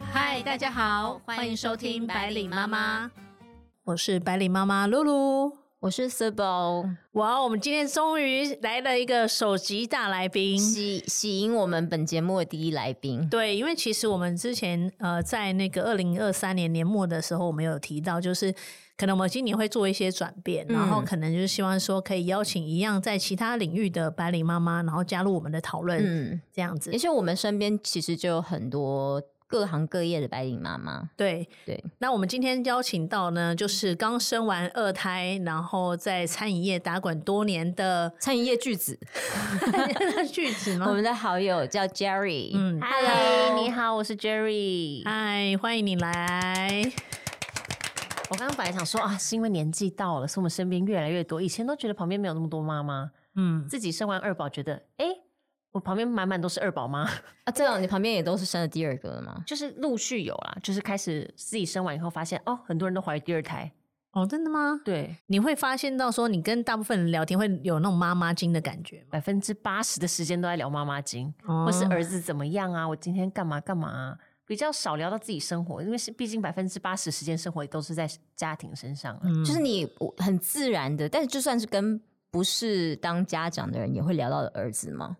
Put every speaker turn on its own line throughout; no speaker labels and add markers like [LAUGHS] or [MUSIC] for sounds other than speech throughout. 嗨，大家好，欢迎收听白领妈妈，
我是白领妈妈露露。
我是 s i b o
哇，我们今天终于来了一个首席大来宾。
喜喜迎我们本节目的第一来宾。
对，因为其实我们之前呃，在那个二零二三年年末的时候，我们有提到，就是可能我们今年会做一些转变，
嗯
然后可能就是希望说可以邀请一样在其他领域的白领妈妈，然后加入我们的讨论，
嗯，
这样子
也。许我们身边其实就有很多各行各业的白领妈妈。
对，
对，
那我们今天邀请到呢，就是刚生完二胎，然后在餐饮业打滚多年
[LAUGHS]
的 [LAUGHS]
餐饮业巨子，
句子
我
吗？
们的好友叫 Jerry。
嗯啊
嗨，你好，我是 Jerry。
嗨，欢迎你来。
我刚刚本来想说啊，是因为年纪到了，所以我们身边越来越多。以前都觉得旁边没有那么多妈妈，
嗯，
自己生完二宝，觉得哎，我旁边满满都是二宝妈， [LAUGHS]
啊，这种你旁边也都是生了第二个了吗？
就是陆续有啦，就是开始自己生完以后，发现哦，很多人都怀第二胎，
哦，真的吗？
对，
你会发现到说，你跟大部分人聊天会有那种妈妈经的感觉吗？
百分之八十的时间都在聊妈妈经，
哦
或是儿子怎么样啊，我今天干嘛干嘛、啊。比较少聊到自己生活，因为是毕竟百分之八十时间生活都是在家庭身上啊。
就是你很自然的，但是就算是跟不是当家长的人，也会聊到儿子吗？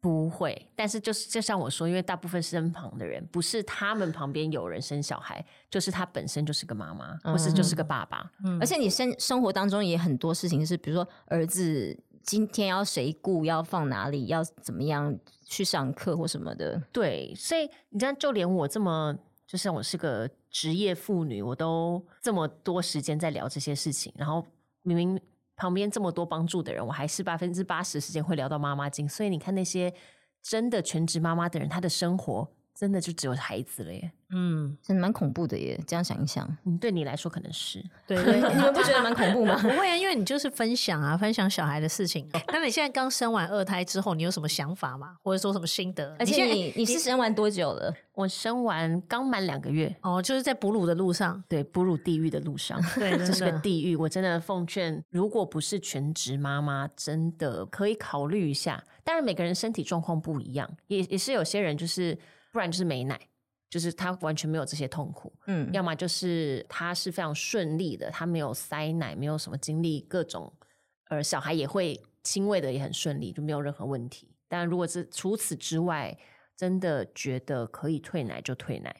不会，但是就是就像我说，因为大部分身旁的人不是他们旁边有人生小孩，就是他本身就是个妈妈，或是就是个爸爸。
而且你生生活当中也很多事情是，比如说儿子今天要谁顾，要放哪里，要怎么样去上课或什么的。
对，所以你知道，就连我这么，就像我是个职业妇女，我都这么多时间在聊这些事情，然后明明旁边这么多帮助的人，我还是百分之八十时间会聊到妈妈经。所以你看那些真的全职妈妈的人，她的生活真的就只有孩子了耶。
嗯，
真的蛮恐怖的耶！这样想一想，
嗯，对你来说可能是。
对
[LAUGHS] 你
对。
们不觉得蛮恐怖吗？
[LAUGHS] 不会啊，因为你就是分享啊，分享小孩的事情。
哦
那你现在刚生完二胎之后，你有什么想法吗？或者说什么心得？
而且
现在
你你是生完多久了？
我生完刚满两个月，
哦，就是在哺乳的路上，
对，步入地狱的路上，
[LAUGHS] 对，
这是个
真的
地狱。我真的奉劝，如果不是全职妈妈，真的可以考虑一下。当然，每个人身体状况不一样，也也是有些人就是，不然就是没奶，就是他完全没有这些痛苦；
嗯，
要么就是他是非常顺利的，他没有塞奶，没有什么经历各种，呃，小孩也会亲喂的也很顺利，就没有任何问题。但如果是除此之外，真的觉得可以退奶就退奶，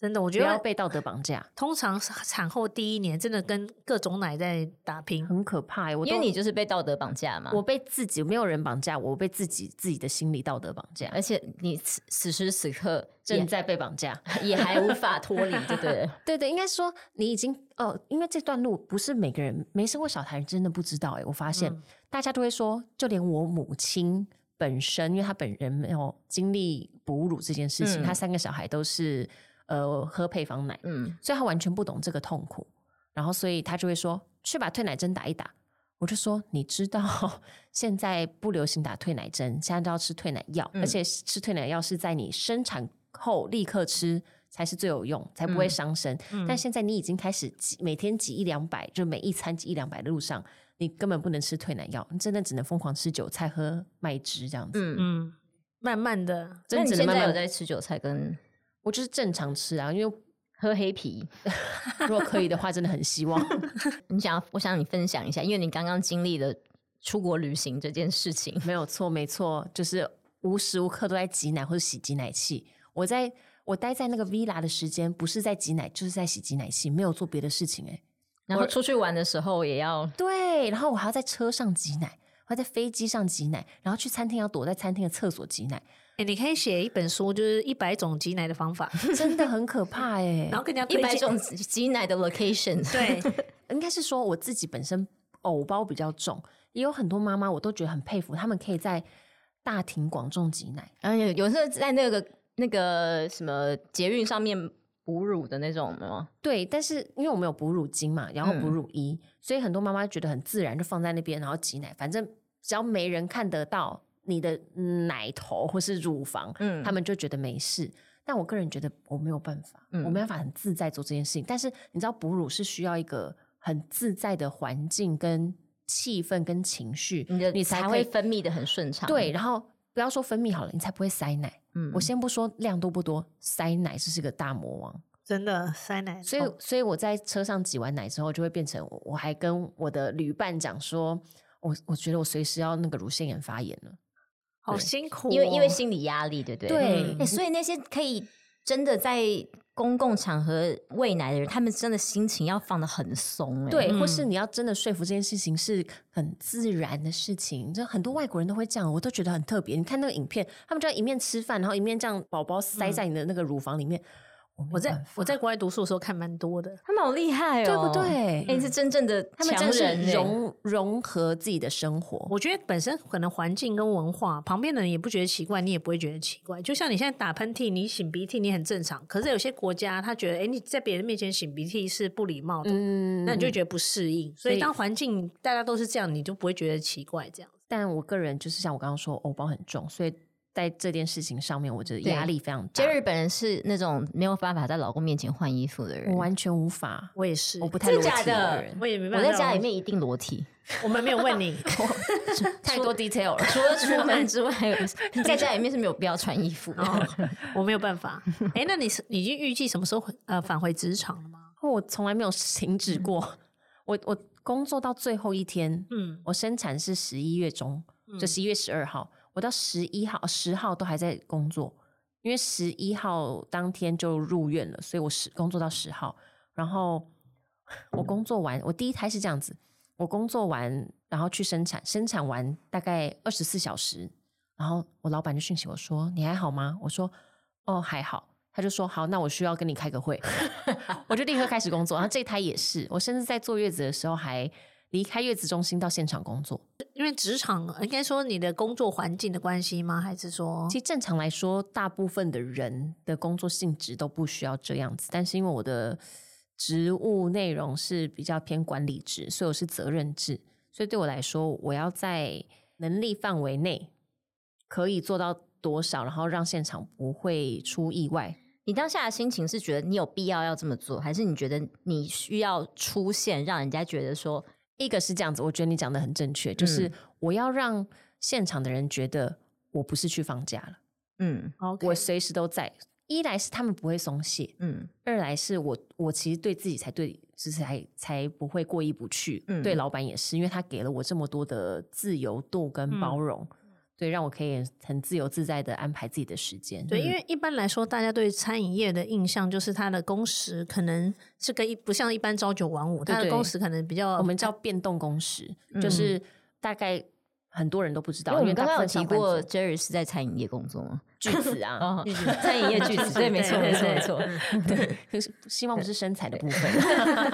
真的，我
不
觉
要
得
被道德绑架。
通常产后第一年真的跟各种奶在打拼。
很可怕、欸。我都
因为你就是被道德绑架嘛。
我被自己没有人绑架，我被自己自己的心理道德绑架，
而且你此此时此刻
哎正
也
在被绑架。
[LAUGHS] 也还无法脱离，对不对？
对对，应该说你已经哦，因为这段路不是每个人没生过小孩真的不知道哎、我发现、大家都会说，就连我母亲本身，因为她本人没有经历哺乳这件事情，
嗯
她三个小孩都是呃喝配方奶，
嗯，
[LAUGHS] 所以她完全不懂这个痛苦，然后所以她就会说去把退奶针打一打。我就说，你知道 [LAUGHS] 现在不流行打退奶针，现在都要吃退奶药，而且吃退奶药是在你生产后立刻吃才是最有用，才不会伤身。
嗯
嗯
但现在你已经开始挤，每天挤一两百，就每一餐挤一两百的路上，你根本不能吃退奶药，你真的只能疯狂吃韭菜、喝麦汁这样子。
嗯，慢慢的，
那
真
你
只能
现
慢
在有
慢，
在吃韭菜跟
我就是正常吃啊，因为
喝黑啤？
如果可以的话，真的很希望。
你想要，我想你分享一下，因为你刚刚经历了出国旅行这件事情。
没有错，没错，就是无时无刻都在挤奶或者洗挤奶器。我在我待在那个 villa 的时间，不是在挤奶，就是在洗挤奶器，没有做别的事情、欸。哎，
然后出去玩的时候也要，
对，然后我还要在车上挤奶，我还在飞机上挤奶，然后去餐厅要躲在餐厅的厕所挤奶，
哎，你可以写一本书，就是一百种挤奶的方
[LAUGHS]
法，
真的很可怕
[LAUGHS]
哎、
然后跟人家
一
推
百
荐
种挤挤奶的 location。
对，
应该是说我自己本身偶包比较重，也有很多妈妈我都觉得很佩服，她们可以在大庭广众挤奶。
然后有有时候在那个那个什么捷运上面哺乳的那种吗？
对，但是因为我们有哺乳巾嘛，然后哺
嗯
乳衣，所以很多妈妈觉得很自然，就放在那边，然后挤奶，反正只要没人看得到你的奶头或是乳房，
嗯
嗯，他们就觉得没事。但我个人觉得我没有办法，
嗯
我没办法很自在做这件事情。但是你知道，哺乳是需要一个很自在的环境跟气氛跟情绪，
你的
你才
才
会
会分泌的很顺畅。
对，，然后不要说分泌好了，你才不会塞奶。
嗯
我先不说量多不多，塞奶这是个大魔王。
真的塞奶，
所以，所以我在车上挤完奶之后，就会变成我我还跟我的旅伴讲说，我我觉得我随时要那个乳腺炎发炎了。
好辛苦哦，
因为因为心理压力，对不对？
对
嗯
哎、所以那些可以真的在公共场合喂奶的人，他们真的心情要放的很松、哎，
对，
嗯
或是你要真的说服这件事情是很自然的事情，就很多外国人都会这样，我都觉得很特别。你看那个影片，他们就要一面吃饭，然后一面这样宝宝塞在你的那个乳房里面，
我在我在国外读书的时候看蛮多的，
他们好厉害哦，
对不？对？
哎、是真正的
他们真
强
的
人、
是
哎
融融合自己的生活，
我觉得本身可能环境跟文化，旁边的人也不觉得奇怪，你也不会觉得奇怪。就像你现在打喷嚏，你擤鼻涕，你很正常。可是有些国家，他觉得，哎，你在别人面前擤鼻涕是不礼貌的，
嗯
那你就觉得不适应。所以
以
当环境大家都是这样，你就不会觉得奇怪。这样子，
但我个人就是像我刚刚说，欧包很重，所以在这件事情上面，我觉得
对
压力非常
就
大，
日本人是那种没有办法在老公面前换衣服的人
我，完全无法，
我也是，
我不太
真
裸
的假
体
的
的人，
我也没
我
办法。
在家里，面一定裸体，
我们没有问你，
太多 detail 了。
[LAUGHS] 除了出门之外， [LAUGHS] 在家里面是没有必要穿衣服的。
哦我没有办法。哎，那你是你已经预计什么时候回呃返回职场了吗？
[LAUGHS] 我从来没有停止过。 [LAUGHS] 我我工作到最后一天，
嗯，
我生产是十一月中，就十一月十二号，我到十一号、哦十号都还在工作，因为十一号当天就入院了，所以我十工作到十号。然后我工作完，我第一胎是这样子，我工作完然后去生产，生产完大概二十四小时，然后我老板就讯息我说：“你还好吗？”我说：“哦，还好。”他就说：“好，那我需要跟你开个会。”我就立刻开始工作。然后这一胎也是，我甚至在坐月子的时候还离开月子中心到现场工作。
因为职场呃应该说你的工作环境的关系吗？还是说
其实正常来说，大部分的人的工作性质都不需要这样子，但是因为我的职务内容是比较偏管理职，所以我是责任制，所以对我来说，我要在能力范围内可以做到多少，然后让现场不会出意外。
[LAUGHS] 你当下的心情是觉得你有必要要这么做，还是你觉得你需要出现，让人家觉得说，
一个是这样子，我觉得你讲的很正确，就是我要让现场的人觉得我不是去放假了，
嗯
OK？
我随时都在。一来是他们不会松懈，
嗯，
二来是我我其实对自己才对，就是才才不会过意不去。
嗯
对老板也是，因为他给了我这么多的自由度
嗯
跟包容，对，让我可以很自由自在的安排自己的时间。
对，因为一般来说，大家对餐饮业的印象就是它的工时可能是跟一不像一般朝九晚五，
对
它的
对
工时可能比较
我们叫变动工时，就是大概很多人都不知
嗯因
道，
为我
因
们
为
刚刚
大部
有
分
提
上班
过
族
，Jerry 是在餐饮业工作吗？
句子啊，
[LAUGHS] 哦，餐饮业巨 [LAUGHS] 子，对，没嗯错，
对
没错，
对
没错。 [LAUGHS]
就是希望不是身材的部分。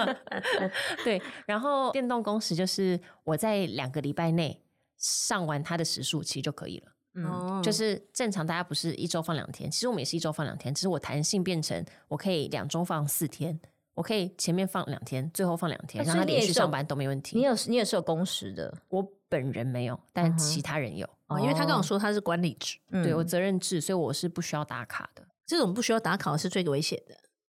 [LAUGHS] 对，然后电动工时就是我在两个礼拜内上完它的时数期就可以了。
嗯，
哦
就是正常大家不是一周放两天，其实我们也是一周放两天，只是我弹性变成我可以两周放四天，我可以前面放两天，最后放两天，
那哦
让
所以
他
你
连
也
续
是有
上班都没问
你
题。
有你也是有工时的，
我本人没有，但其他人有。
哦因为他跟我说他是管理职，
嗯，
对我责任制，所以我是不需要打卡的。
这种不需要打卡是最危险的，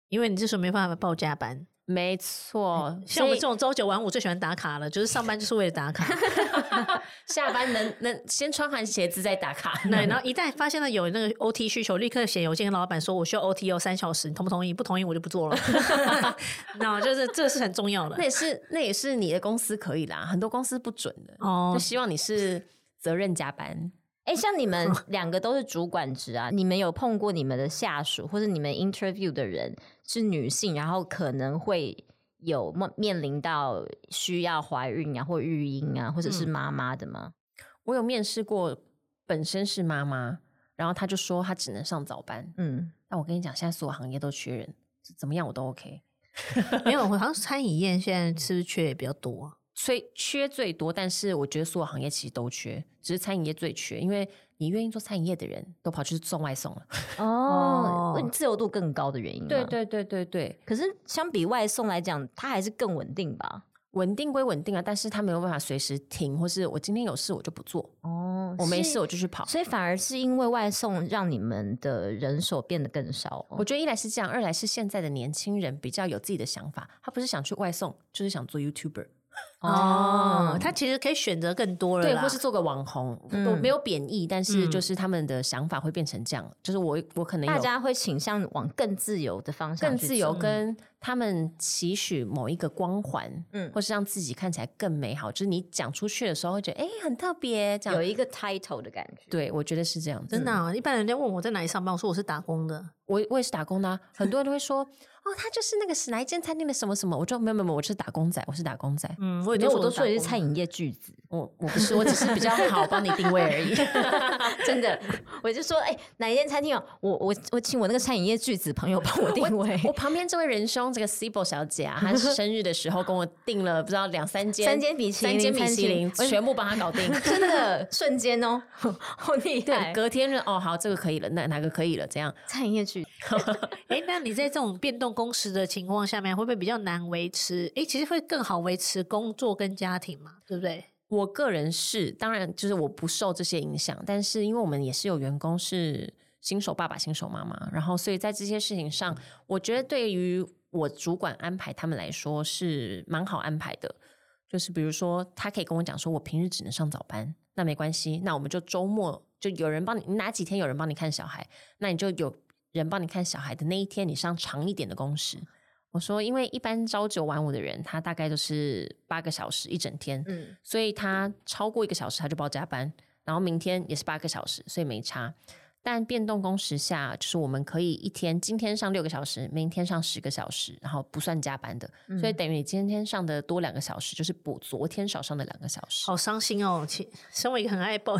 因为你这时候没办法报加班。
没错，
嗯像我
所
们
以
这种朝九晚五最喜欢打卡了，就是上班就是为了打卡。
下班能能先穿完鞋子再打卡。
对，然后一旦发现了有那个 OT 需求，立刻写邮件跟老板说：“我需要 OT 哦，三小时，你同不同意？不同意我就不做了。” [LAUGHS] 那就是这是很重要的
那也是那也是你的公司可以啦，很多公司不准的，
哦
就。希望你是责任加班。
哎，像你 [LAUGHS] 们两个都是主管职啊，你们有碰过你们的下属或者你们 interview 的人是女性，然后可能会有面面临到需要怀孕啊，或育婴啊，或者是
嗯
妈妈的吗？
我有面试过，本身是妈妈，然后她就说她只能上早班。
嗯，
那我跟你讲，现在所有行业都缺人，怎么样我都 OK。
没有，好像餐饮业现在是不是缺也比较多啊？
虽缺最多，但是我觉得所有行业其实都缺，只是餐饮业最缺，因为你愿意做餐饮业的人都跑去送外送了。嗯
哦
哦，问自由度更高的原因。
对。对对对对，
可是相比外送来讲，它还是更稳定吧？
稳定归稳定啊，但是他没有办法随时停，或是我今天有事我就不做，
哦
我没事我就去跑。
所以反而是因为外送让你们的人手变得更少、
我
哦。
觉得一来是这样，二来是现在的年轻人比较有自己的想法，他不是想去外送，就是想做 YouTuber。
哦
哦，他其实可以选择更多了啦，
对，或是做个网红，
嗯
我没有贬义，但是
嗯
就是他们的想法会变成这样，就是我我可能
大
有
家会倾向往更自由的方向
更
去
自由，
走
跟嗯他们期许某一个光环，
嗯
嗯，或是让自己看起来更美好，就是你讲出去的时候会觉得哎、很特别，这
有
样，
一个 title 的感觉。
对我觉得是这样子
真。的啊、一般人家问我在哪里上班，我说我是打工的，
我我也是打工的、啊，很多人都会 [LAUGHS] 说哦，他就是那个是哪一间餐厅的什么什么，我就没有没有，没有我是打工仔，我是打工仔，
嗯，我也
没有，我都
说
说
我
你
是
是餐饮业巨 [LAUGHS] 子，
我我不是，我只 [LAUGHS] 是比较好帮你定位
[LAUGHS]
而已。
真的，我就说，哎、哪一间餐厅哦？我我我请我那个餐饮业巨子朋友帮我定位，
我旁边这位仁兄，这个 Sibo 小姐啊， [LAUGHS] 她生日的时候跟我订了不知道两三间
三间米其林
三间米其林，
餐厅
全部帮她搞定。
真 [LAUGHS] 的瞬间哦，好厉
[LAUGHS] 对，
害！
隔天就哦，好，这个可以了，那哪个可以了？这样
餐饮业巨子，
哎，那你在这种变动工时的情况下面，会不会比较难维持？哎，其实会更好维持工作跟家庭嘛，对不对？
我个人是，当然就是我不受这些影响，但是因为我们也是有员工是新手爸爸、新手妈妈，然后所以在这些事情上，我觉得对于我主管安排他们来说是蛮好安排的。就是比如说，他可以跟我讲说，我平日只能上早班，那没关系，那我们就周末就有人帮你，你哪几天有人帮你看小孩，那你就有人帮你看小孩的那一天，你上长一点的工时。我说，因为一般朝九晚五的人，他大概就是八个小时一整天，
嗯，
所以他超过一个小时他就报加班，然后明天也是八个小时，所以没差。但变动工时下，就是我们可以一天今天上六个小时，明天上十个小时，然后不算加班的，所以
嗯
等于你今天上的多两个小时，就是补昨天少上的两个小时。
好伤心哦，其身为一个很爱报 [LAUGHS]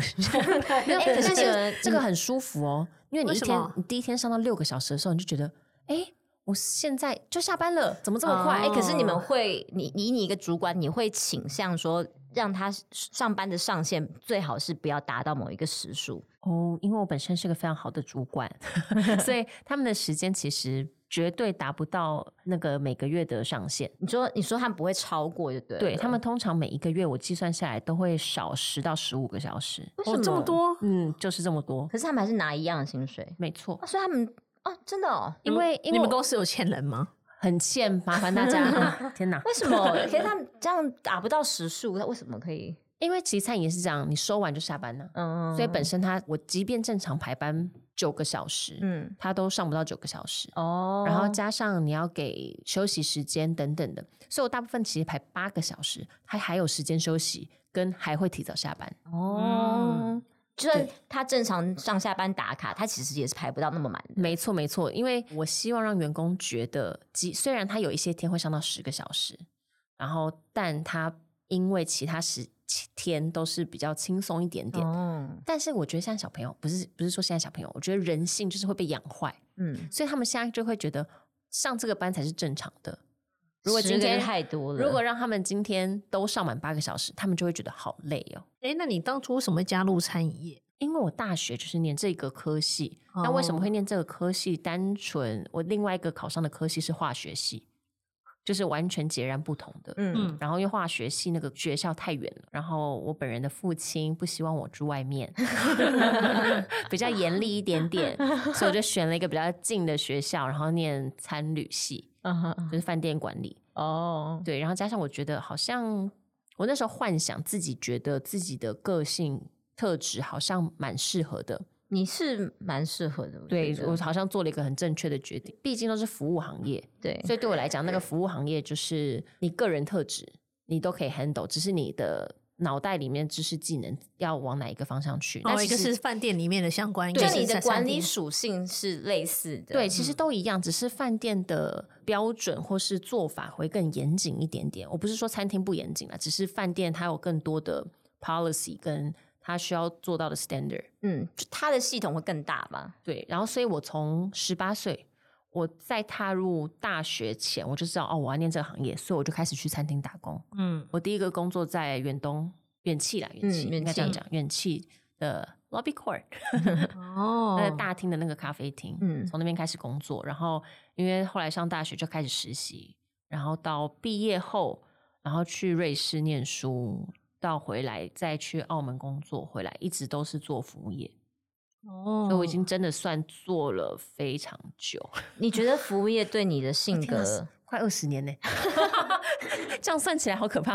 没
哦
有，
哎
可是
可
这
是
个这个很舒服哦，因为
嗯
你
为
一
什
天
么
你第一天上到六个小时的时候，你就觉得，哎，我现在就下班了，怎么这么快？
哎、
哎、
可是你们
哦
会，你你你一个主管，你会倾向说让他上班的上限最好是不要达到某一个时数，
哦，因为我本身是个非常好的主管， [LAUGHS] 所以他们的时间其实绝对达不到那个每个月的上限。
你说你说他们不会超过就对了，
对他们通常每一个月，我计算下来都会少十到十五个小时。
为什
哦
么
这么？多，
嗯，就是这么多，
可是他们还是拿一样的薪水，
没错
啊、。所以他们哦，真的哦，
因为因
你
为
们
我
公司有欠人吗？
很欠麻烦大
[LAUGHS]
家、啊，天哪！
为什
[LAUGHS]
么？可是他们这样打不到时数，他为什么可以？
因为其实餐饮也是这样，你收完就下班了、
嗯，
所以本身他我即便正常排班九个小时，
嗯
他都上不到九个小时。
哦，
嗯然后加上你要给休息时间等等的，所以我大部分其实排八个小时，还还有时间休息，跟还会提早下班。嗯
哦，就算
对
他正常上下班打卡，他其实也是排不到那么满的。
没错，没错，因为我希望让员工觉得，即虽然他有一些天会上到十个小时，然后但他因为其他时其天都是比较轻松一点点。
哦，
但是我觉得现在小朋友不是不是说现在小朋友，我觉得人性就是会被养坏，
嗯，
所以他们现在就会觉得上这个班才是正常的。如果
十个
今天
就太多了，
如果让他们今天都上满八个小时，他们就会觉得好累哦。
哎，那你当初为什么会加入餐饮业？
因为我大学就是念这个科系，
哦
那为什么会念这个科系？单纯我另外一个考上的科系是化学系，就是完全截然不同的。
嗯，
然后因为化学系那个学校太远了，然后我本人的父亲不希望我住外
[LAUGHS]
面，比较严厉一点点，所以我就选了一个比较近的学校，然后念餐旅系，
嗯
就是饭店管理。
哦，
对，然后加上我觉得好像我那时候幻想自己觉得自己的个性特质好像蛮适合的，
你是蛮适合的，
对
我
我
觉得
好像做了一个很正确的决定。毕竟都是服务行业，
对，
所以对我来讲，那个服务行业就是你个人特质你都可以 handle，只是你的脑袋里面知识技能要往哪一个方向去。那
哦，
其
一个
实
是饭店里面的相关，一个
就是你的
餐
管理
厅
属性是类似的，嗯
对，其实都一样，只是饭店的标准或是做法会更严谨一点点。我不是说餐厅不严谨啦，只是饭店它有更多的 policy 跟它需要做到的 standard。
嗯，就它的系统会更大吧？
对，然后所以我从十八岁，我在踏入大学前，我就知道哦，我要念这个行业，所以我就开始去餐厅打工。
嗯，
我第一个工作在远东远气啦，远
嗯
气、
远
应该这样
企
讲，远气的 lobby court。
哦
那个大厅的那个咖啡厅，
嗯
从那边开始工作，然后因为后来上大学就开始实习，然后到毕业后，然后去瑞士念书，到回来再去澳门工作，回来一直都是做服务业，
哦，
所以我已经真的算做了非常久，
你觉得服务业对你的性
天哪
格？
[LAUGHS] 快二十年呢，这样算起来好可怕。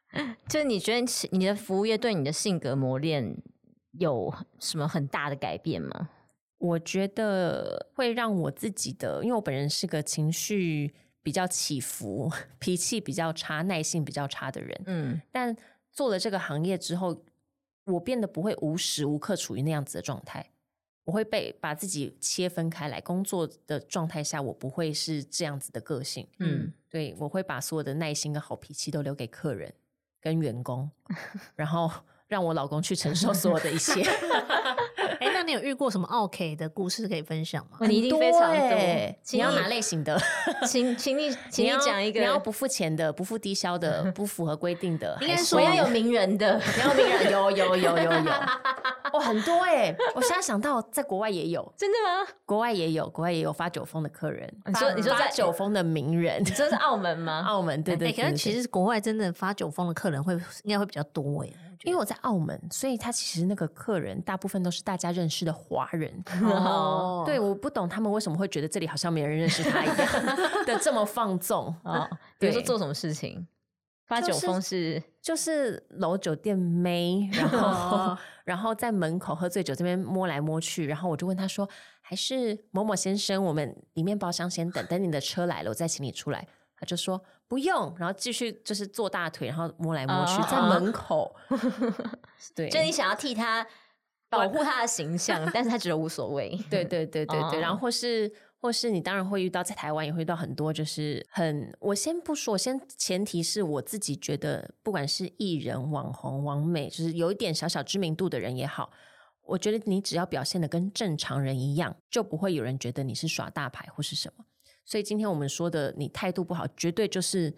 [LAUGHS]
就你觉得你的服务业对你的性格磨练有什么很大的改变吗？
我觉得会让我自己的，因为我本人是个情绪比较起伏、 [LAUGHS] 脾气比较差、耐性比较差的人，
嗯，
但做了这个行业之后，我变得不会无时无刻处于那样子的状态。我会被把自己切分开来，工作的状态下，我不会是这样子的个性。
嗯，
对我会把所有的耐心跟好脾气都留给客人跟员
[LAUGHS]
工，然后让我老公去承受所有的一切。
哎，那你有遇过什么 OK 的故事可以分享吗？
[LAUGHS] 哇哦你一定非常多。欸
对欸你
请 [LAUGHS]
要哪类型的？
请请你，请你
要
讲一个，
你要不付钱的，不付低消的，不符合规
[LAUGHS]
定的，
应该
还是
说
我要有名人 [LAUGHS] 的，
你要名人，有有有有 [LAUGHS] 有，哦，很多哎、我现在想到，在国外也有，
真的吗？
国外也有，国外也有发酒疯的客人，
啊你说
发
你说
发
在
酒疯的名人，
你说是澳门吗？
[LAUGHS] 澳门对对
哎，可
对
是
对
其
对
实国外真的发酒疯的客人会应该会比较多哎，
因 [LAUGHS] 为我在澳门，所以他其实那个客人大部分都是大家认识的华人。
[LAUGHS] 哦
对，我不懂他们为什么会觉得这里好像没人认识他一样 [LAUGHS] 的这么放纵。
哦， [LAUGHS] 比如说
对
做什么事情？发酒
就是
疯是
就是楼酒店妹，然后
[LAUGHS]
哦
然后在门口喝醉酒这边摸来摸去，然后我就问他说：“还是某某先生，我们里面包厢先等，等你的车来了，我再请你出来。”他就说不用，然后继续就是坐大腿，然后摸来摸去，
哦
在门口。对，
就你想要替他保护他的形象，但是他觉得无所 [LAUGHS] 谓。
对对对对对，
哦
然后或是或是你当然会遇到，在台湾也会遇到很多，就是很我先不说，先前提是我自己觉得，不管是艺人、网红、网美，就是有一点小小知名度的人也好，我觉得你只要表现的跟正常人一样，就不会有人觉得你是耍大牌或是什么。所以今天我们说的你态度不好，绝对就是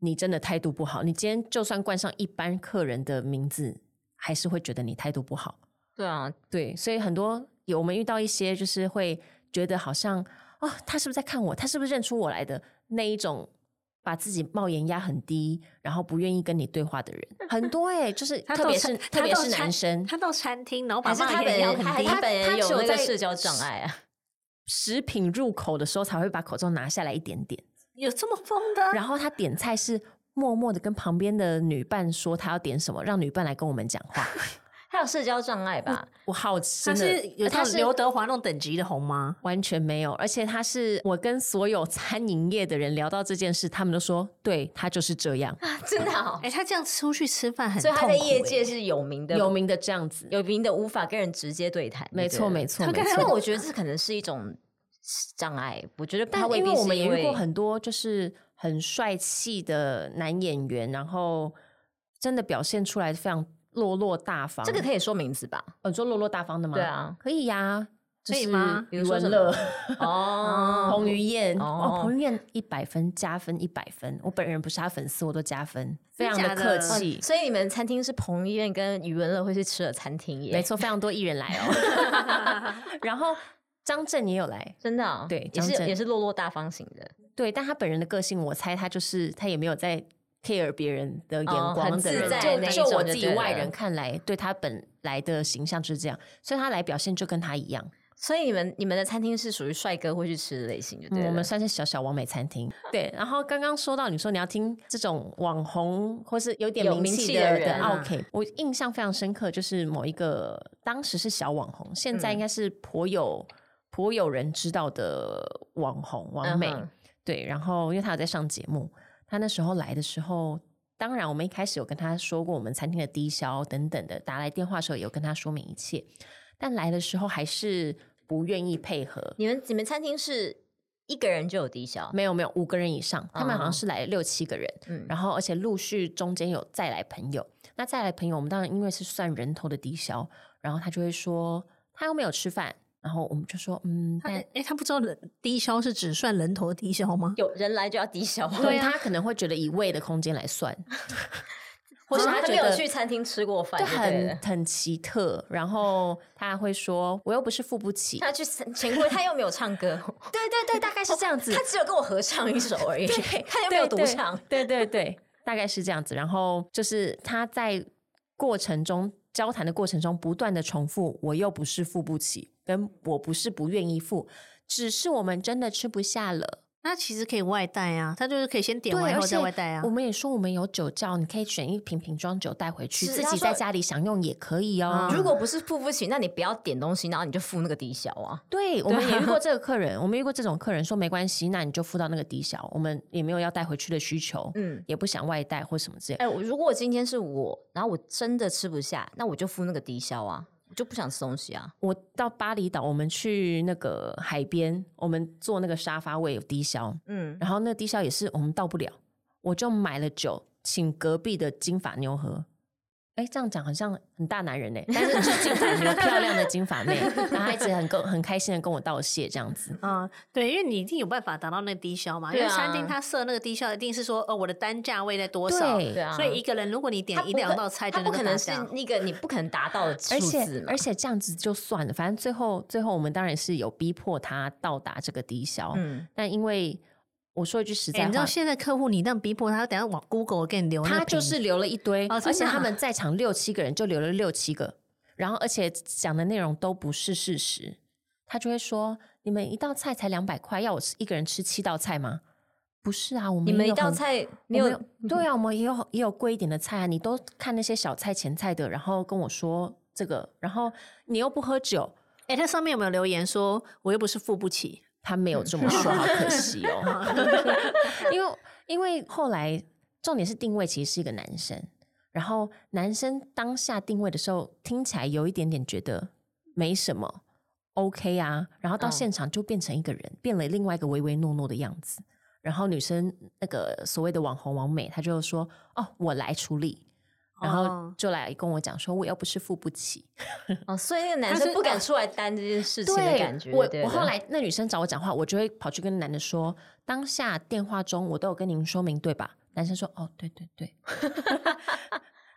你真的态度不好。你今天就算冠上一般客人的名字，还是会觉得你态度不好。
对啊，
对，所以很多有我们遇到一些就是会觉得好像哦，他是不是在看我？他是不是认出我来的那一种，把自己帽檐压很低，然后不愿意跟你对话的人
[LAUGHS]
很多哎、就是
他
特
到
别
餐
是
他
特别
到
是
餐
男
[LAUGHS]
生，
他到餐厅然后把
还是他
骂
本
人要
人
很
他
低，
他本人
他
有
只有
那个
在
社交障碍啊？
食品入口的时候才会把口罩拿下来一点点，
有这么疯的？
然后他点菜是。默默的跟旁边的女伴说他要点什么，让女伴来跟我们讲话。
[LAUGHS] 他有社交障碍 [LAUGHS] 吧？
我好奇，
他
真
是
的
有
他
到
是
刘德华那种等级的红吗？
完全没有，而且他是我跟所有餐饮业的人聊到这件事，他们都说，对他就是这样，
真的哦好，
哎，他这样出去吃饭很
所
痛
以
苦
他在业界
哎
是有名的，
[LAUGHS] 欸有名的这样子，
有名的无法跟人直接对谈。
没错没错
他
没
跟
错。那
错。
我觉得这可能是一种障碍，我觉得
但
他未
因
必
为
是
我们也
因
遇
为
过很多就是很帅气的男演员，然后真的表现出来非常落落大方。
这个可以说名字吧？
哦你说落落大方的吗？
对
[LAUGHS]
啊，
可以呀、就
可以
是
吗
比
余
如说
文
什
乐、 [LAUGHS] 嗯
哦，
彭于晏，
哦
哦，彭于晏一百分加分一百分，我本人不是他粉丝，我都加分，非常
真
的
假
客
的
气。
嗯所以你们餐厅是彭于晏跟余文乐会去吃的餐厅耶？
没，错，非常多艺人来
[LAUGHS]
哦。然后张震也有来，
真的哦
对
也是
张震
也是落落大方型的，
对，但他本人的个性，我猜他就是他也没有在 care 别人的眼
哦
光
很
的
自
人，
在那一
就就
种
我
就
自己
对
外
了
人看来，对他本来的形象就是这样，所以他来表现就跟他一样。
所以你们你们的餐厅是属于帅哥会去吃的类型，就对了。
嗯我们算是小小王美餐厅。对，然后刚刚说到你说你要听这种网红或是有点
有名
气
气
的
的人
的
啊
OK，我印象非常深刻，就是某一个当时是小网红，现在
嗯
应该是颇有、颇有人知道的网红王美。
嗯哼
对，然后因为他有在上节目，他那时候来的时候。当然，我们一开始有跟他说过我们餐厅的低消等等的，打来电话的时候有跟他说明一切，但来的时候还是不愿意配合，
你们你们餐厅是一个人就有低消，
没有没有，五个人以上，他们
哦
好像是来了六七个人，
嗯
然后而且陆续中间有再来朋友，那再来朋友，我们当然因为是算人头的低消，然后他就会说他又没有吃饭，然后我们就说嗯，
他
但
哎，他不知道人低消是只算人头低消吗？
有人来就啊要低消，
对、啊他可能会觉得以位的空间
[LAUGHS]
来算，或是
啊
他
没
觉
有
得
去餐厅吃过饭
就
就对
很
了，
很奇特，然后他会说我又不是付不起，
他去钱柜他又没有唱 [LAUGHS] 歌，
对对对，大概是这样子
哦他只有跟我合唱一首而已，他又没有独唱，
[LAUGHS] 对对对对，大概是这样子。然后就是他在过程中交谈的过程中，不断的重复“我又不是付不起”跟“我不是不愿意付”，只是我们真的吃不下了。
那其实可以外带啊，他就是可以先点完以
而
后
且
再外带啊
我。们也说我们有酒窖，你可以选一瓶瓶装酒带回去，
是
自
他
己
说嗯
在家里享用也可以哦。
如果不是付不起，那你不要点东西，然后你就付那个低消啊。
[LAUGHS] 对，我们也遇过这个客人，我们遇过这种客人说没关系，那你就付到那个低消，我们也没有要带回去的需求，
嗯，
也不想外带或什么之类的。
哎、我如果今天是我，然后我真的吃不下，那我就付那个低消啊，我就不想吃东西啊。
我到巴厘岛，我们去那个海边，我们坐那个沙发位有低消，
嗯，
然后那个低消也是我们到不了，我就买了酒，请隔壁的金发妞喝。哎，这样讲好像很大男人呢、但是是金 [LAUGHS] 发妞，漂亮的金发妹，然后她一直很跟很开心的跟我道谢，这样子。
嗯，对，因为你一定有办法达到那个低消嘛，因
对啊
为餐厅它设那个低消一定是说，呃，我的单价位在多少，
对
对啊，
所以一个人如果你点
他
一
不
两
可
道菜，
他
就
不
够哎
可能
打
是
架
那个你不可能达到的数
而
字
且
嘛。
而且这样子就算了，反正最后最后我们当然是有逼迫他到达这个低消，
嗯，
但因为我说一句实
哎
在
你知
话
道，现在客户你一旦逼迫他，等下往 Google 给你哦留那个
他就
评
是留了一堆，
哦真的啊
而且他们在场六七个人就留了六七个，然后而且讲的内容都不是事实，他就会说：你们一道菜才两百块，要我吃一个人吃七道菜吗？不是啊，我们
你们
也
一
有
道
很
菜没
没
有嗯
有，对啊，我们也有也有贵一点的菜啊，你都看那些小菜前菜的，然后跟我说这个，然后你又不喝酒，
哎、他上面有没有留言说我又不是付不起？
他没有这么说，好可惜哦。因为因为后来重点是定位其实是一个男生，然后男生当下定位的时候听起来有一点点觉得没什么，OK 啊，然后到
嗯
现场就变成一个人，变了另外一个唯唯诺诺的样子。然后女生那个所谓的网红王美，她就说：“哦，我来处理。”然后
哦
就来跟我讲说：“我又不是付不起。”
哦，所以那个男
他
生
是
不
啊
敢出来担这件事情
对，
的感觉。
我
对
我
不
后
对
来那女生找我讲话，我就会跑去跟男的说，当下电话中我都有跟您说明，对吧？男生说哦，对对对， [LAUGHS]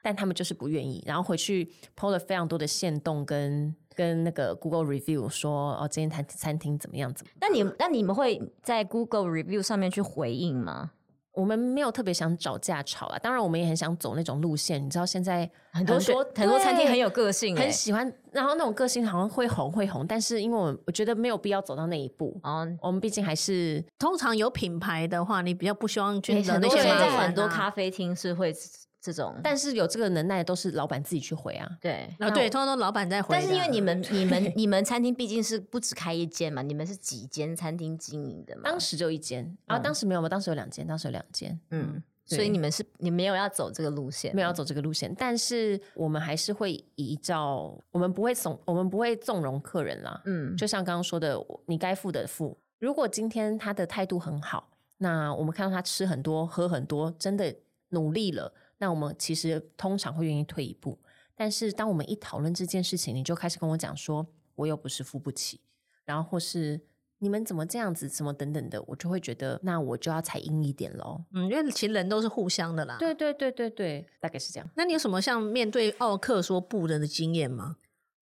但他们就是不愿意，然后回去 PO 了非常多的线动跟跟那个 Google review 说哦，这间餐餐厅怎么样怎么样。
那你那你们会在 Google review 上面去回应吗？
我们没有特别想找架吵啊，当然我们也很想走那种路线，你知道现在
很多
说
很多餐厅很
有。
有个性、欸，
很喜欢，然后那种个性好像会红会红，但是因为我们我觉得没有必要走到那一步，
哦。
我们毕竟还是
通常有品牌的话，你比较不希望去
诶
惹
哎很
那
多
些
现
麻
在
烦、啊。
很多咖啡厅是会这种，
但是有这个能耐都是老板自己去回啊。
对。
啊，对，通常都老板在回的啊。
嗯但是因为你们、你 [LAUGHS] 们、你们餐厅毕竟是不只开一间嘛，你们是几间餐厅经营的嘛？
当时就一间啊，
嗯
当时没有吗？当时有两间，当时有两间，
嗯，
对
所以你们是你没有要走这个路线，
没有要走这个路线。但是我们还是会依照，我们不会纵，我们不会纵容客人啦。
嗯，
就像刚刚说的，我你该付的付。如果今天他的态度很好，那我们看到他吃很多、喝很多，真的努力了，那我们其实通常会愿意退一步。但是当我们一讨论这件事情，你就开始跟我讲说，我又不是付不起，然后或是你们怎么这样子，什么等等的，我就会觉得，那我就要才硬一点喽。
嗯，因为其实人都是互相的啦。，
对对对对对，大概是这样，
那你有什么像面对奥克说不的的经验吗？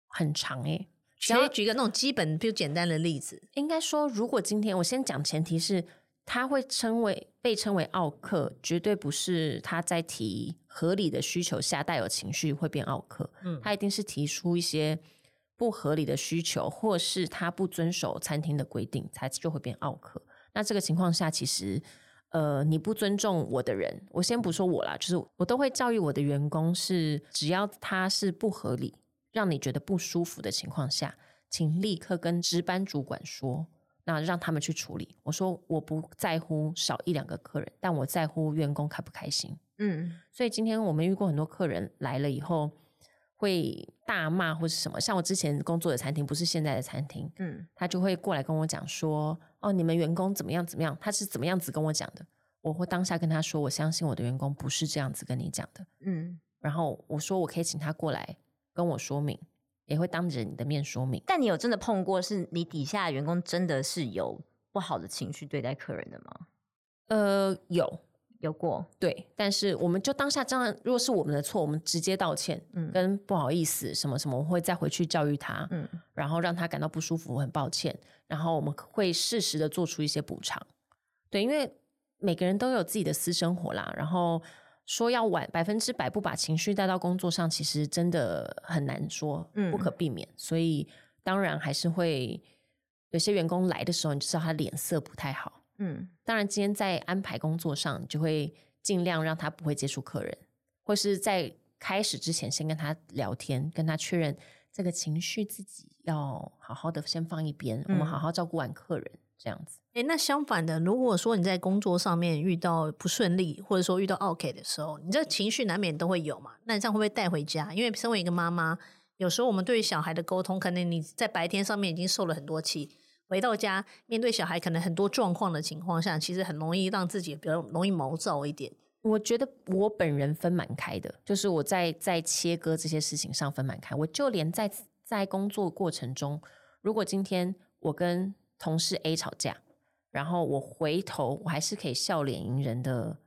很长欸诶、只
可
要
以举一个那种基本、比如简单的例子。
应该说，如果今天我先讲前提是，他会称为被称为奥克，绝对不是他在提合理的需求下带有情绪会变奥克，
嗯，
他一定是提出一些不合理的需求，或是他不遵守餐厅的规定，才就会变奥克。那这个情况下，其实。呃，你不尊重我的人，我先不说我啦，就是我都会教育我的员工是，只要他是不合理，让你觉得不舒服的情况下，请立刻跟值班主管说，那让他们去处理。我说我不在乎少一两个客人，但我在乎员工开不开心。
嗯，
所以今天我们遇过很多客人来了以后会大骂或是什么，像我之前工作的餐厅，不是现在的餐厅，
嗯
他就会过来跟我讲说：“哦，你们员工怎么样怎么样？”他是怎么样子跟我讲的？我会当下跟他说：“我相信我的员工不是这样子跟你讲的。”
嗯。
然后我说：“我可以请他过来跟我说明，也会当着你的面说明。”
但你有真的碰过是你底下的员工真的是有不好的情绪对待客人的吗？
呃，有
有过，
对，但是我们就当下当然，如果是我们的错，我们直接道歉，
嗯
跟不好意思什么什么，我会再回去教育他，
嗯
然后让他感到不舒服，我很抱歉，然后我们会适时的做出一些补偿。对，因为每个人都有自己的私生活啦，然后说要晚百分之百不把情绪带到工作上，其实真的很难说，
嗯
不可避免，所以当然还是会有些员工来的时候，你就知道他脸色不太好。
嗯
当然，今天在安排工作上，你就会尽量让他不会接触客人，或是在开始之前先跟他聊天，跟他确认这个情绪自己要好好的先放一边，我们好好照顾完客人，这样子。
哎，那相反的，如果说你在工作上面遇到不顺利，或者说遇到 OK 的时候，你
嗯
这情绪难免都会有嘛。那你这样会不会带回家？因为身为一个妈妈，有时候我们对于小孩的沟通，可能你在白天上面已经受了很多气，回到家面对小孩可能很多状况的情况下，其实很容易让自己比较容易毛躁一点。
我觉得我本人分蛮开的，就是我在在切割这些事情上分蛮开。我就连在在工作过程中，如果今天我跟同事 A 吵架，然后我回头我还是可以笑脸迎人的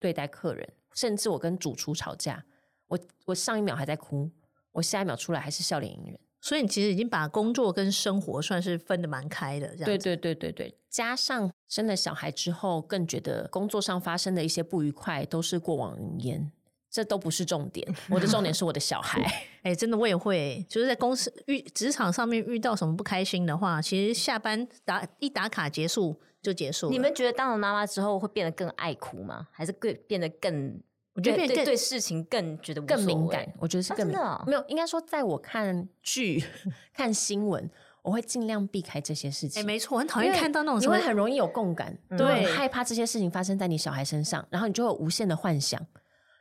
对待客人，甚至我跟主厨吵架，我我上一秒还在哭，我下一秒出来还是笑脸迎人。
所以你其实已经把工作跟生活算是分得蛮开的，这样
对
子
对对对对，加上生了小孩之后，更觉得工作上发生的一些不愉快都是过往云烟，这都不是重
[LAUGHS]
点。我的重点是我的小孩。
哎、真的我也会，就是在公司遇职场上面遇到什么不开心的话，其实下班打一打卡结束就结束了。
你们觉得当了妈妈之后会变得更爱哭吗？还是更变得更？
我觉得
对
变得
对
更
对事情更觉得无
更敏
所谓
感，我觉得是
啊
更敏
真的哦
没有，应该说，在我看
[LAUGHS]
剧、看新闻，我会尽量避开这些事
哎、
情。
没错，我很讨
因
厌
为
看到那种
你
什么
会很容易有共感，
嗯
你会很
对
害怕这些事情发生在你小孩身上，然后你就会有无限的幻想，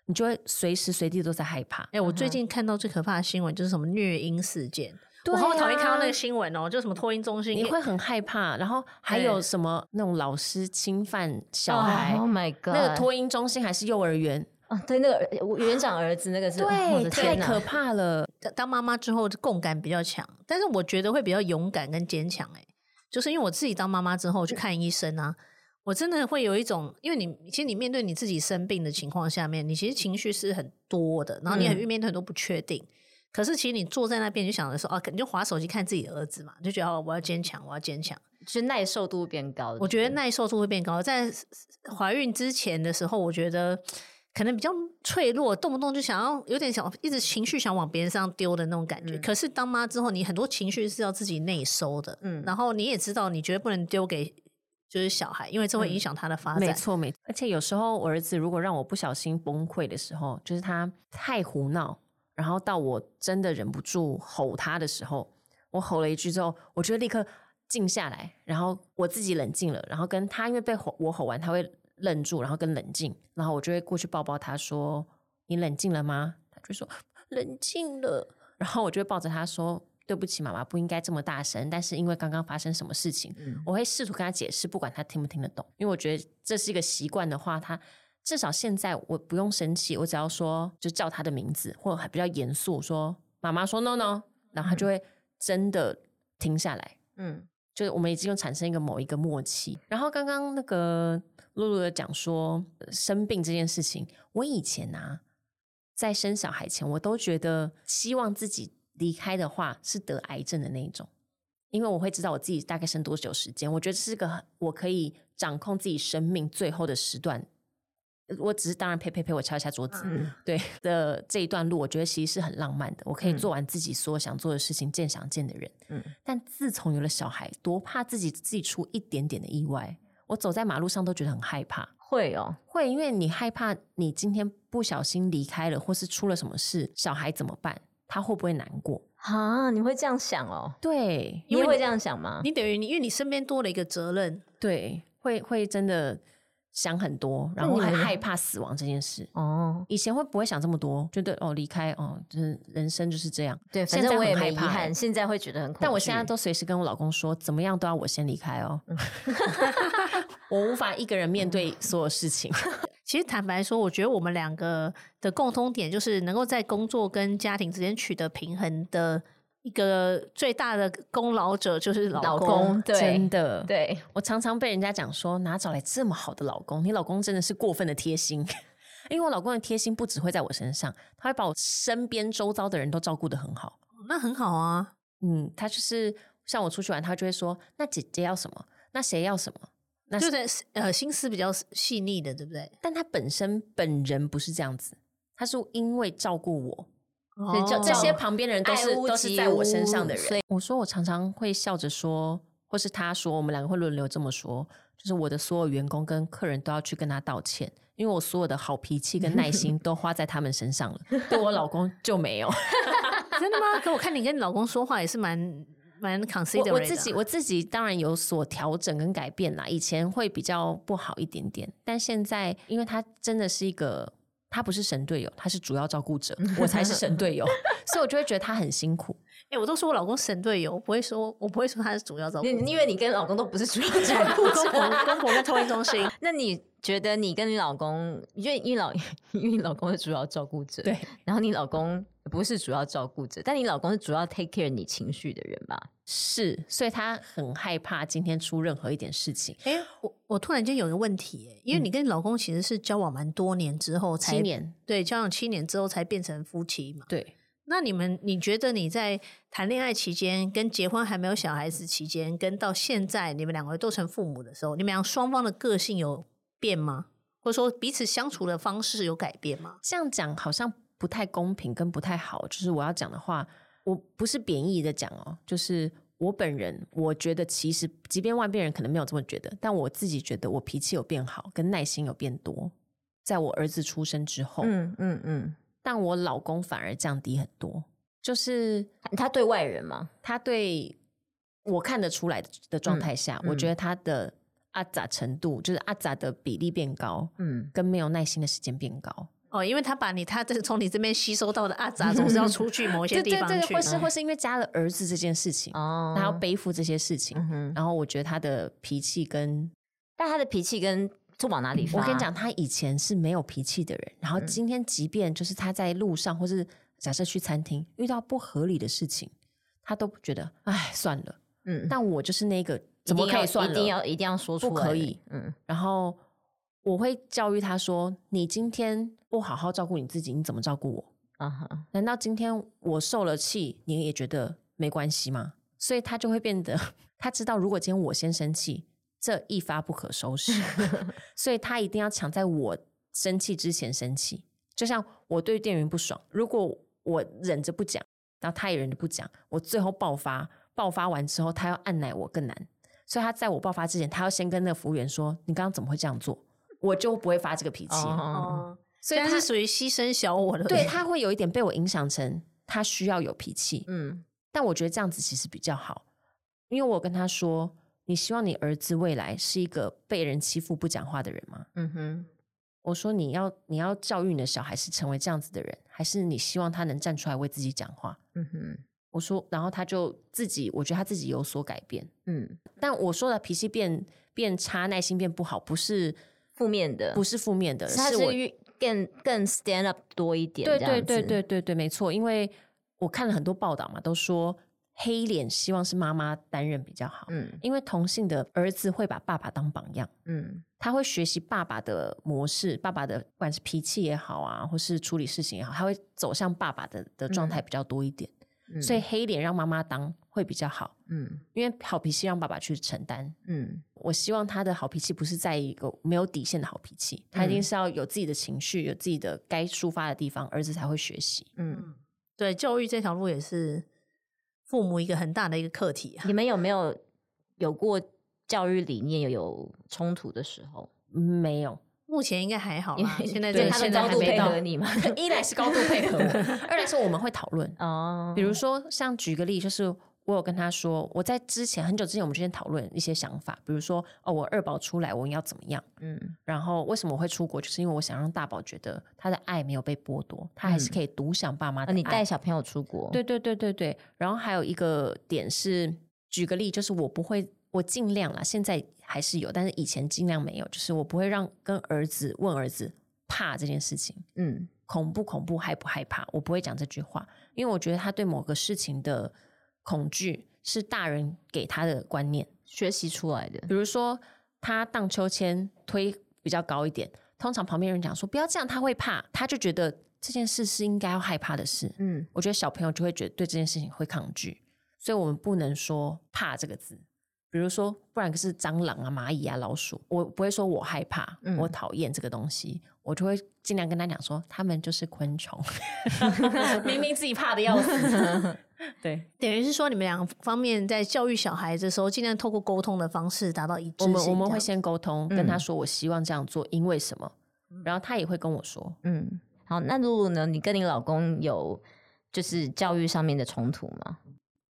你就会随时随地都在害怕
哎、。我最近看到最可怕的新闻就是什么虐婴事件，我好
对
讨厌看到那
啊
个新闻哦，就什么托婴中心，
你会很害怕，然后还有什么那种老师侵犯小孩，
Oh my god！
那个托婴中心还是幼儿园，
啊，对，那个我园长儿子那个是，我的
太
天
可
哪！
怕了。
当妈妈之后共感比较强，但是我觉得会比较勇敢跟坚强。哎，就是因为我自己当妈妈之后去看医生啊，我真的会有一种，因为你其实你面对你自己生病的情况下面，你其实情绪是很多的，然后你也面对很多不确定。可是其实你坐在那边，你就想着说啊，你就划手机看自己的儿子嘛，就觉得哦，我要坚强，我要坚强。
就是耐受度变高的，
我觉得耐受度会变高。在怀孕之前的时候，我觉得可能比较脆弱，动不动就想要有点想一直情绪想往别人身上丢的那种感觉。可是当妈之后，你很多情绪是要自己内收的，
嗯
然后你也知道你绝对不能丢给就是小孩，因为这会影响他的发
没
展。
错，没错。而且有时候我儿子如果让我不小心崩溃的时候，就是他太胡闹，然后到我真的忍不住吼他的时候，我吼了一句之后，我就会立刻静下来，然后我自己冷静了，然后跟他因为被吼我吼完，他会愣住，然后跟冷静，然后我就会过去抱抱他说：“你冷静了吗？”他就说：“冷静了。”然后我就会抱着他说：“对不起，妈妈不应该这么大声，但是因为刚刚发生什么事情，我会试图跟他解释，不管他听不听得懂，因为我觉得这是一个习惯的话，他至少现在我不用生气，我只要说就叫他的名字，或者还比较严肃说妈妈说 no no，然后他就会真的停下来。
嗯，
就是我们已经有产生一个某一个默契。然后刚刚那个露露有讲说呃生病这件事情，我以前啊，在生小孩前，我都觉得希望自己离开的话是得癌症的那一种，因为我会知道我自己大概生多久时间。我觉得这是个很我可以掌控自己生命最后的时段。呃我只是当然呸呸呸，我敲一下桌子。
嗯
对的这一段路，我觉得其实是很浪漫的。我可以
嗯
做完自己所有想做的事情，见想见的人。但自从有了小孩，多怕自己自己出一点点的意外，我走在马路上都觉得很害怕。
会哦，
会，因为你害怕你今天不小心离开了，或是出了什么事，小孩怎么办？他会不会难过？
啊，你会这样想哦？
对，
你
为
也
你
会这样想吗？
你等于你，因为你身边多了一个责任，
对，会会真的想很多，然后
那你
很
们
害怕死亡这件事。
哦，
以前会不会想这么多？觉得哦，离开哦，就是人生就是这样。
对，反
现在
正我
很
也
害
没遗
怕欸
憾，现在会觉得很恐惧。嗯
但我现在都随时跟我老公说，怎么样都要我先离开哦， [LAUGHS]
[LAUGHS]
我无法一个人面对所有事情。
其实坦白说，我觉得我们两个的共通点就是能够在工作跟家庭之间取得平衡的一个最大的功劳者就是老
老
公。
公嗯对
[LAUGHS] 真的，
对，
我常常被人家讲说，哪找来这么好的老公？你老公真的是过分的贴心， [LAUGHS] 因为我老公的贴心不只会在我身上，他会把我身边周遭的人都照顾得很好。
那很好啊，
嗯，他就是像我出去玩，他就会说，那姐姐要什么？那谁要什么？那
就是呃心思比较细腻的，对不对？
但他本身本人不是这样子，他是因为照顾我，
以
哦
就
这些
哦
旁边的人都是
爱屋
都是
及
在我身
乌
上的人
所以。
我说我常常会笑着说，或是他说，我们两个会轮流这么说。就是我的所有员工跟客人都要去跟他道歉，因为我所有的好脾气跟耐心都花在他们身 [LAUGHS] 上了，对我老公就没 [LAUGHS] 有。
[LAUGHS] 真的 [LAUGHS] 吗？可我看你跟你老公说话也是蛮蛮 considerate 的啊
我我自己我自己当然有所调整跟改变啦，以前会比较不好一点点，但现在因为他真的是一个。他不是神队友，他是主要照顾者，我才是神队友， [LAUGHS] 所以我就会觉得他很辛苦。
哎、我都说我老公神队友，我不会说，我不会说他是主要照顾
你
者。
因为你跟老公都不是主要
[LAUGHS]
照顾
[LAUGHS] 公婆
者，
公婆跟托运中 [LAUGHS] 心，
那你觉得你跟你老公，因为你老 [LAUGHS] 因为你老公是主要照顾者，
对，
然后你老公不是主要照顾者，但你老公是主要 take care 你情绪的人吧？
是，所以他很害怕今天出任何一点事情。
哎、我我突然间有一个问题耶、因为你跟你老公其实是交往蛮多嗯年之后才
七年，
对，交往七年之后才变成夫妻嘛。
对，
那你们，你觉得你在谈恋爱期间，跟结婚还没有小孩子期间，跟到现在你们两个都成父母的时候，你们俩双方的个性有变吗？或者说彼此相处的方式有改变吗？
这样讲好像不太公平，跟不太好。就是我要讲的话，我不是贬义的讲哦，就是我本人，我觉得其实，即便外边人可能没有这么觉得，但我自己觉得我脾气有变好，跟耐心有变多。在我儿子出生之后，
嗯嗯嗯，
但我老公反而降低很多，就是
他他对外人吗？
他对我看得出来的的状态下，
嗯
我觉得他的阿杂程度，就是阿杂的比例变高，
嗯，
跟没有耐心的时间变高。
哦，因为他把你他这从你这边吸收到的阿杂，总是要出去某
[LAUGHS]
一些
对
地
对
方
对，
去。
或是或是因为加了儿子这件事情，
嗯哦，
他要背负这些事情。
嗯哼，
然后我觉得他的脾气跟
但他的脾气跟就往哪里发？
我跟你讲，，他以前是没有脾气的人，然后
嗯
今天即便就是他在路上，或是假设去餐厅遇到不合理的事情，他都觉得哎算了。
嗯，
但我就是那个
一
怎么
定
可
要
以算了？
一定要一定要说出来，
不可以。
嗯
然后我会教育他说：“你今天不好好照顾你自己，你怎么照顾我？
啊哈，
难道今天我受了气，你也觉得没关系吗？”所以他就会变得， [LAUGHS] 他知道如果今天我先生气，这一发不可收拾， [LAUGHS] 所以他一定要抢在我生气之前生气。就像我对店员不爽，如果我忍着不讲，然后他也忍着不讲，我最后爆发，爆发完之后他要按奶我更难，所以他在我爆发之前，他要先跟那个服务员说：“你刚刚怎么会这样做？”我就不会发这个脾气了。
哦，
哦，虽
所以
然
他
是属于牺牲小我的， [LAUGHS]
对他会有一点被我影响成他需要有脾气，
嗯
但我觉得这样子其实比较好，因为我跟他说：“你希望你儿子未来是一个被人欺负不讲话的人吗？”
嗯哼，
我说你要你要教育你的小孩是成为这样子的人，还是你希望他能站出来为自己讲话？
嗯哼，
我说，然后他就自己，我觉得他自己有所改变。
嗯，
但我说的脾气变变差，耐心变不好，不是
负面的
不是负面的，
是他
是我
是越更更 stand up 多一点，
对
这样
对对
子
对，对对，没错。因为我看了很多报道嘛，都说黑脸希望是妈妈担任比较好，
嗯
因为同性的儿子会把爸爸当榜样。
嗯
他会学习爸爸的模式，爸爸的不管是脾气也好啊，或是处理事情也好，他会走向爸爸的的状态比较多一点。
嗯，
所以黑脸让妈妈当会比较好，
嗯
因为好脾气让爸爸去承担。
嗯
我希望他的好脾气不是在一个没有底线的好脾气，他一定是要有自己的情绪，有自己的该抒发的地方，儿子才会学习。
嗯，
对教育这条路也是父母一个很大的一个课题啊。
你们有没有有过教育理念有有冲突的时候？
嗯没有，
目前应该还好
因 [LAUGHS]
啦，
为
啊现在
对
这
他的
现在
高
还
度
没
配
到
合你嘛？
一来是高度配合我，二来是我们会讨论。
哦，
比如说，像举个例，就是我有跟他说，我在之前很久之前，我们之前讨论一些想法，比如说，哦，我二宝出来，我应该要怎么样？
嗯
然后为什么我会出国，就是因为我想让大宝觉得他的爱没有被剥夺，他还是可以独享爸妈
啊，
的嗯爱。
你带小朋友出国，
对对对对对。然后还有一个点是，举个例，就是我不会，我尽量啦，现在还是有，但是以前尽量没有，就是我不会让跟儿子问儿子怕这件事情。
嗯
恐不恐怖、害不害怕，我不会讲这句话，因为我觉得他对某个事情的恐惧是大人给他的观念。
学习出来的，
比如说，他荡秋千推比较高一点，通常旁边人讲说不要这样，他会怕，他就觉得这件事是应该要害怕的事。
嗯
我觉得小朋友就会觉得对这件事情会抗拒，所以我们不能说怕这个字，比如说，不然是蟑螂啊、蚂蚁啊、老鼠，我不会说我害怕，
嗯
我讨厌这个东西，我就会尽量跟他讲说，他们就是昆
[LAUGHS]
虫，明明自己怕的要死， [LAUGHS] 对，
等于是说你们两方面在教育小孩的时候，尽量透过沟通的方式达到一致
我
性。
们我们会
这样
先沟通，
嗯
跟他说我希望这样做，因为什么，
嗯
然后他也会跟我说，
嗯，好，那露露呢？你跟你老公有就是教育上面的冲突吗？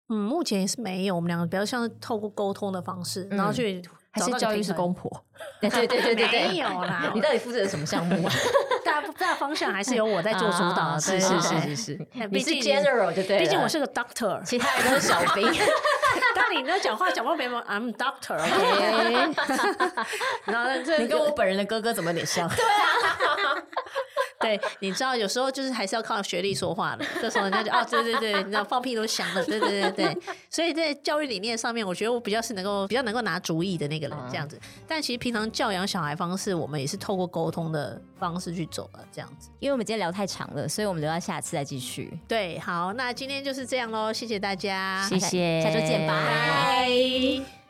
嗯，目前也是没有，我们两个比较像是透过沟通的方式，然后去
嗯还
找
是
到一个
教育是
平衡
公婆，
对对对对对对，
没有啦
你到底负责什么项 [LAUGHS] 目啊？
大大方向还是由我在做主
[LAUGHS]
啊啊
导，
啊
对
对
是是
对
是
对
是啊是，
哎
你
毕
是
竟
general 就对了，
毕竟我是个 doctor，
[LAUGHS]
其他人都是小 [LAUGHS] 兵。
当你在讲话讲话别人，I'm
[LAUGHS]
哎
doctor，OK，然后这啊
你跟我本人的哥哥怎么有点像？
[LAUGHS] 对，你知道有时候就是还是要靠学历说话的，这时候人家就哦，对对对，你知道放屁都响了，对对对对，所以在教育理念上面，我觉得我比较是能够比较能够拿主意的那个人这样子，但其实平常教养小孩方式，我们也是透过沟通的方式去走的这样子。
因为我们今天聊太长了，所以我们留到下次再继续。
对，好，那今天就是这样喽，谢谢大家，
谢谢，
下周见，拜。
拜。